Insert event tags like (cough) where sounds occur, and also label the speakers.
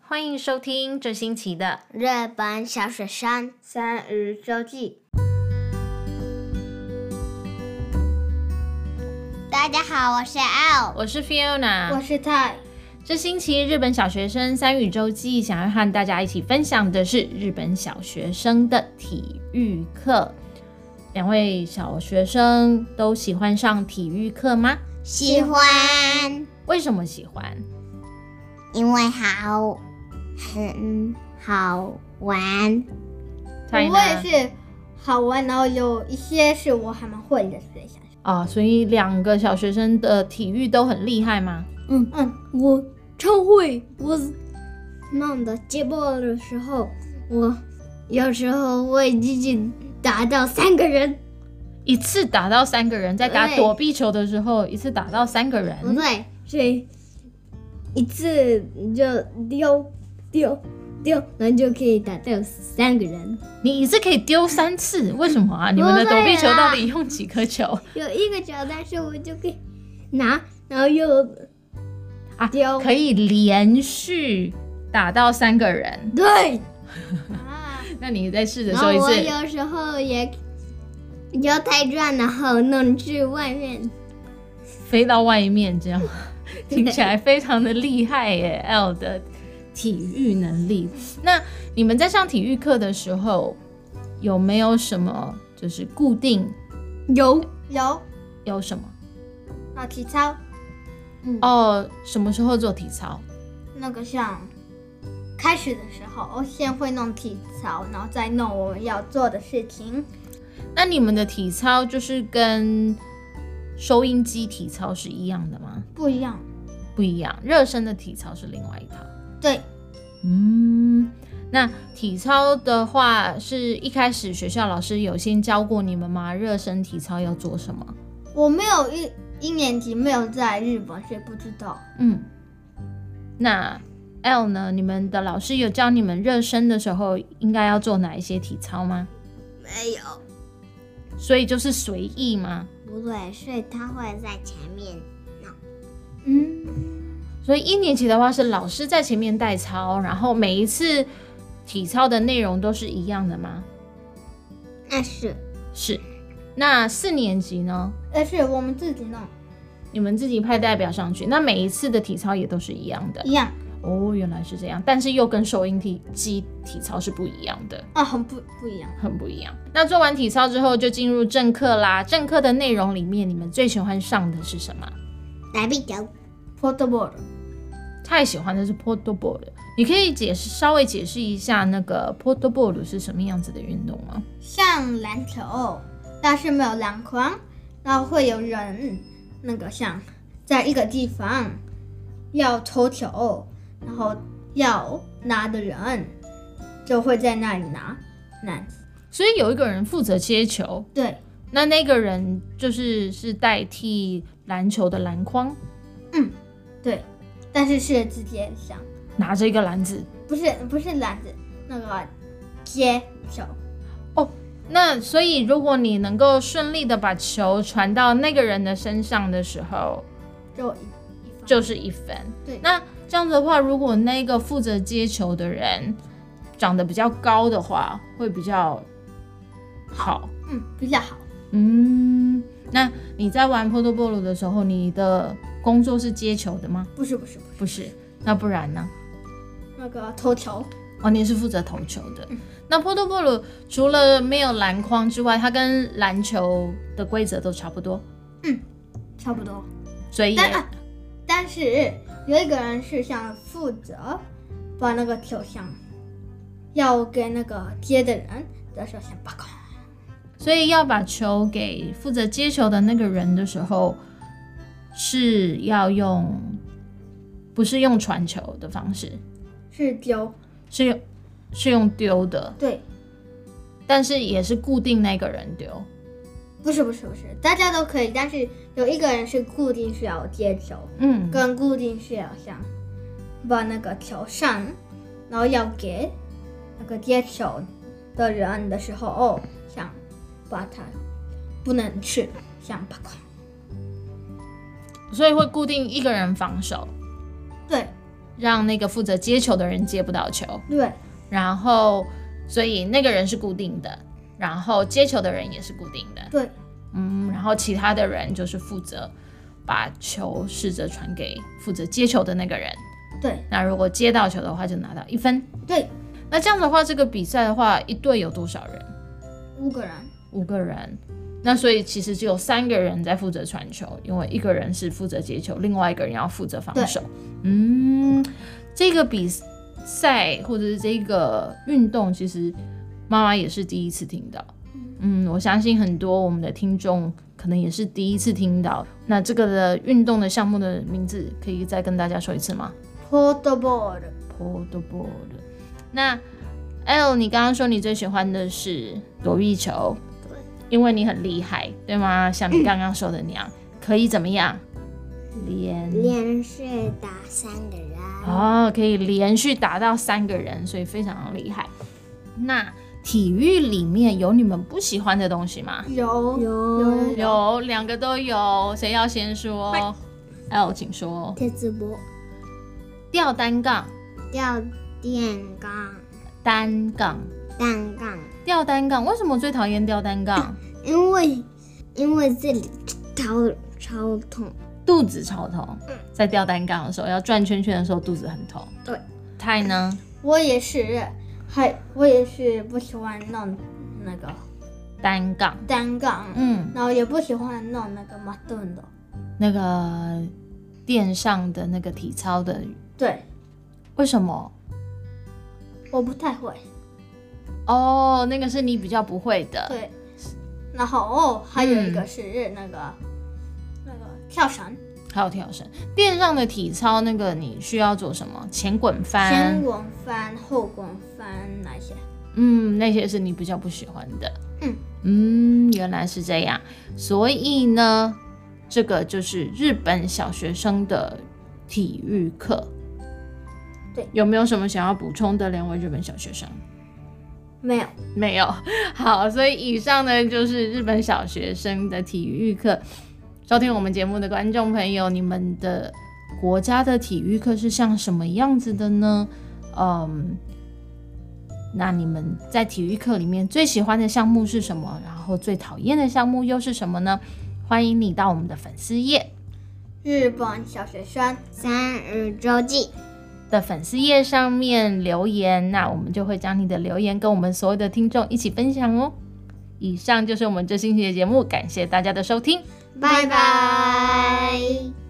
Speaker 1: 欢迎收听这星期的
Speaker 2: 日本小雪山三日周记。大家好，我是 L，
Speaker 1: 我是 Fiona，
Speaker 2: 是泰。
Speaker 1: 这星期日本小学生三语周记想要和大家一起分享的是日本小学生的体育课。两位小学生都喜欢上体育课吗？
Speaker 2: 喜欢，
Speaker 1: 为什么喜欢？
Speaker 2: 因为好，很好玩。
Speaker 1: 泰呢
Speaker 3: 我也是好玩，然后有一些是我还蛮会的，所以想想，
Speaker 1: 啊，所以两个小学生的体育都很厉害吗？
Speaker 3: 嗯嗯，我超会，我弄的接波的时候，我有时候会自己打到三个人，
Speaker 1: 一次打到三个人，在打
Speaker 3: 对
Speaker 1: 躲避球的时候，一次打到三个人。
Speaker 3: 不对，所以一次就丢丢丢，然后就可以打到三个人。
Speaker 1: 你一次可以丢三次，为什么啊？你们的
Speaker 3: 不
Speaker 1: 躲
Speaker 3: 会
Speaker 1: 避球
Speaker 3: 啦
Speaker 1: 到底用几颗球
Speaker 3: 有一个球，但是我就可以拿，然后又
Speaker 1: 啊？
Speaker 3: 丢
Speaker 1: 可以连续打到三个人。 (laughs)
Speaker 3: 对啊。
Speaker 1: 那你再试着
Speaker 3: 然
Speaker 1: 说
Speaker 3: 后
Speaker 1: 一
Speaker 3: 我
Speaker 1: 次，
Speaker 3: 有时候也腰太转，然后弄去外面。
Speaker 1: 飞到外面
Speaker 3: (laughs)
Speaker 1: 这样，听起来非常的厉害耶！L 的体育能力。那你们在上体育课的时候，有没有什么就是固定
Speaker 3: 有有
Speaker 1: 有什么？
Speaker 3: 啊，体操
Speaker 1: 哦，什么时候做体操？
Speaker 3: 那个像开始的时候，我先会弄体操，然后再弄我们要做的事情。
Speaker 1: 那你们的体操就是跟收音机体操是一样的吗？
Speaker 3: 不一样，
Speaker 1: 不一样，热身的体操是另外一套。
Speaker 3: 对，
Speaker 1: 嗯，那体操的话，是一开始学校老师有先教过你们吗？热身体操要做什么？
Speaker 3: 我没有一一年级没有在日本，所以不知道。
Speaker 1: 嗯，那 L 呢？你们的老师有教你们热身的时候应该要做哪一些体操吗？
Speaker 2: 没有，
Speaker 1: 所以就是随意吗？
Speaker 2: 不对，所以他会在前面。
Speaker 3: 嗯，
Speaker 1: 所以一年级的话是老师在前面带操，然后每一次体操的内容都是一样的吗？
Speaker 2: 那是
Speaker 1: 是。那四年级呢？
Speaker 3: 而且我们自己弄
Speaker 1: 你们自己派代表上去，那每一次的体操也都是一样的
Speaker 3: 一样
Speaker 1: 哦，原来是这样，但是又跟收音体机体操是不一样的，
Speaker 3: 啊，很不不一样。
Speaker 1: 很不一样。那做完体操之后就进入正课啦，正课的内容里面你们最喜欢上的是什么？
Speaker 2: 打壁球，
Speaker 3: Portable
Speaker 1: 太喜欢的是 portable，你可以解释稍微解释一下那个 portable 是什么样子的运动吗？
Speaker 3: 像篮球，但是没有篮筐，然后会有人那个像在一个地方要投球，然后要拿的人就会在那里拿，那
Speaker 1: 所以有一个人负责接球，
Speaker 3: 对，
Speaker 1: 那那个人就是是代替篮球的篮筐，
Speaker 3: 嗯，对，但是是直接像
Speaker 1: 拿着一个篮子。
Speaker 3: 不是不是篮子那个接球，
Speaker 1: 那所以如果你能够顺利的把球传到那个人的身上的时候，
Speaker 3: 就一一方
Speaker 1: 就是一分。
Speaker 3: 对
Speaker 1: 那这样子的话，如果那个负责接球的人长得比较高的话，会比较好。
Speaker 3: 嗯比较好，
Speaker 1: 嗯，那你在玩 p o r t b l 的时候，你的工作是接球的吗？
Speaker 3: 不是不是不是
Speaker 1: 不是，那不然呢？
Speaker 3: 那个投球，
Speaker 1: 哦，你是负责投球的。
Speaker 3: 嗯
Speaker 1: 那 p o r t b l 除了没有篮筐之外，它跟篮球的规则都差不多，
Speaker 3: 差不多。
Speaker 1: 所以也
Speaker 3: 但啊，但是有一个人是想负责把那个球像要给那个接的人的时候先把控，
Speaker 1: 所以要把球给负责接球的那个人的时候，是要用不是用传球的方式，
Speaker 3: 是丢
Speaker 1: 是用是用丢的，
Speaker 3: 对，
Speaker 1: 但是也是固定那个人丢。
Speaker 3: 不是不是不是，大家都可以，但是有一个人是固定是要接球，
Speaker 1: 嗯，
Speaker 3: 跟固定是要像把那个球上，然后要给那个接球的人的时候，哦，想把它不能去，想把控，
Speaker 1: 所以会固定一个人防守，
Speaker 3: 对，
Speaker 1: 让那个负责接球的人接不到球，
Speaker 3: 对，
Speaker 1: 然后所以那个人是固定的，然后接球的人也是固定的，
Speaker 3: 对，
Speaker 1: 嗯，然后其他的人就是负责把球试着传给负责接球的那个人，
Speaker 3: 对，
Speaker 1: 那如果接到球的话就拿到一分，
Speaker 3: 对，
Speaker 1: 那这样的话这个比赛的话一队有多少人？
Speaker 3: 五个人，
Speaker 1: 五个人。那所以其实只有三个人在负责传球，因为一个人是负责接球，另外一个人要负责防守。嗯，这个比赛或者是这个运动，其实妈妈也是第一次听到。嗯，我相信很多我们的听众可能也是第一次听到。那这个的运动的项目的名字，可以再跟大家说一次吗
Speaker 3: Portboard
Speaker 1: ？Portboard。那 L，你刚刚说你最喜欢的是躲避球，因为你很厉害，对吗？像你刚刚说的那样，可以怎么样？连
Speaker 2: 连续打三个人，
Speaker 1: 哦，可以连续打到三个人，所以非常厉害。那体育里面有你们不喜欢的东西吗？
Speaker 3: 有
Speaker 2: 有
Speaker 1: 有，两个都有，谁要先说？L，请说。
Speaker 2: 铁子博、
Speaker 1: 吊单杠，
Speaker 2: 吊电杠、
Speaker 1: 单杠，
Speaker 2: 单杠，
Speaker 1: 吊单杠，为什么我最讨厌吊单杠？
Speaker 2: 因为因为这里超超痛，
Speaker 1: 肚子超痛，
Speaker 3: 嗯
Speaker 1: 在吊单杠的时候，要转圈圈的时候肚子很痛。
Speaker 2: 对，
Speaker 1: 太呢？
Speaker 3: 我也是，还我也是不喜欢弄那个
Speaker 1: 单杠，
Speaker 3: 单杠，
Speaker 1: 嗯，
Speaker 3: 然后也不喜欢弄那个马顿的，
Speaker 1: 那个垫上的那个体操的，
Speaker 3: 对，
Speaker 1: 为什么？
Speaker 3: 我不太会，
Speaker 1: 哦，那个是你比较不会的。
Speaker 3: 对，然后哦，还有一个是那个、那个跳绳、
Speaker 1: 还有跳绳，垫上的体操那个你需要做什么？前滚翻
Speaker 3: 前，滚翻、后滚翻那些，
Speaker 1: 嗯，那些是你比较不喜欢的。
Speaker 3: 嗯
Speaker 1: 嗯，原来是这样。所以呢，这个就是日本小学生的体育课。
Speaker 3: 对
Speaker 1: 有没有什么想要补充的？两位日本小学生
Speaker 3: 没有，
Speaker 1: (laughs) 没有。好，所以以上呢就是日本小学生的体育课。收听我们节目的观众朋友，你们的国家的体育课是像什么样子的呢？嗯，那你们在体育课里面最喜欢的项目是什么？然后最讨厌的项目又是什么呢？欢迎你到我们的粉丝页
Speaker 3: 日本小学生
Speaker 2: 三日周记。
Speaker 1: 的粉丝页上面留言，那我们就会将你的留言跟我们所有的听众一起分享哦。以上就是我们这星期的节目，感谢大家的收听。
Speaker 2: 拜拜。